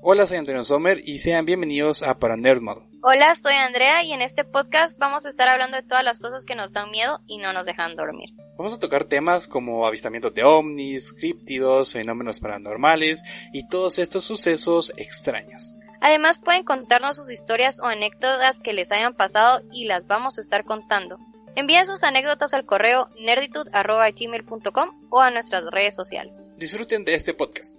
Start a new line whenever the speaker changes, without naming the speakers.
Hola, soy Antonio Sommer y sean bienvenidos a Paranormal.
Hola, soy Andrea y en este podcast vamos a estar hablando de todas las cosas que nos dan miedo y no nos dejan dormir.
Vamos a tocar temas como avistamientos de ovnis, críptidos, fenómenos paranormales y todos estos sucesos extraños.
Además pueden contarnos sus historias o anécdotas que les hayan pasado y las vamos a estar contando. Envíen sus anécdotas al correo nerditud.gmail.com o a nuestras redes sociales.
Disfruten de este podcast.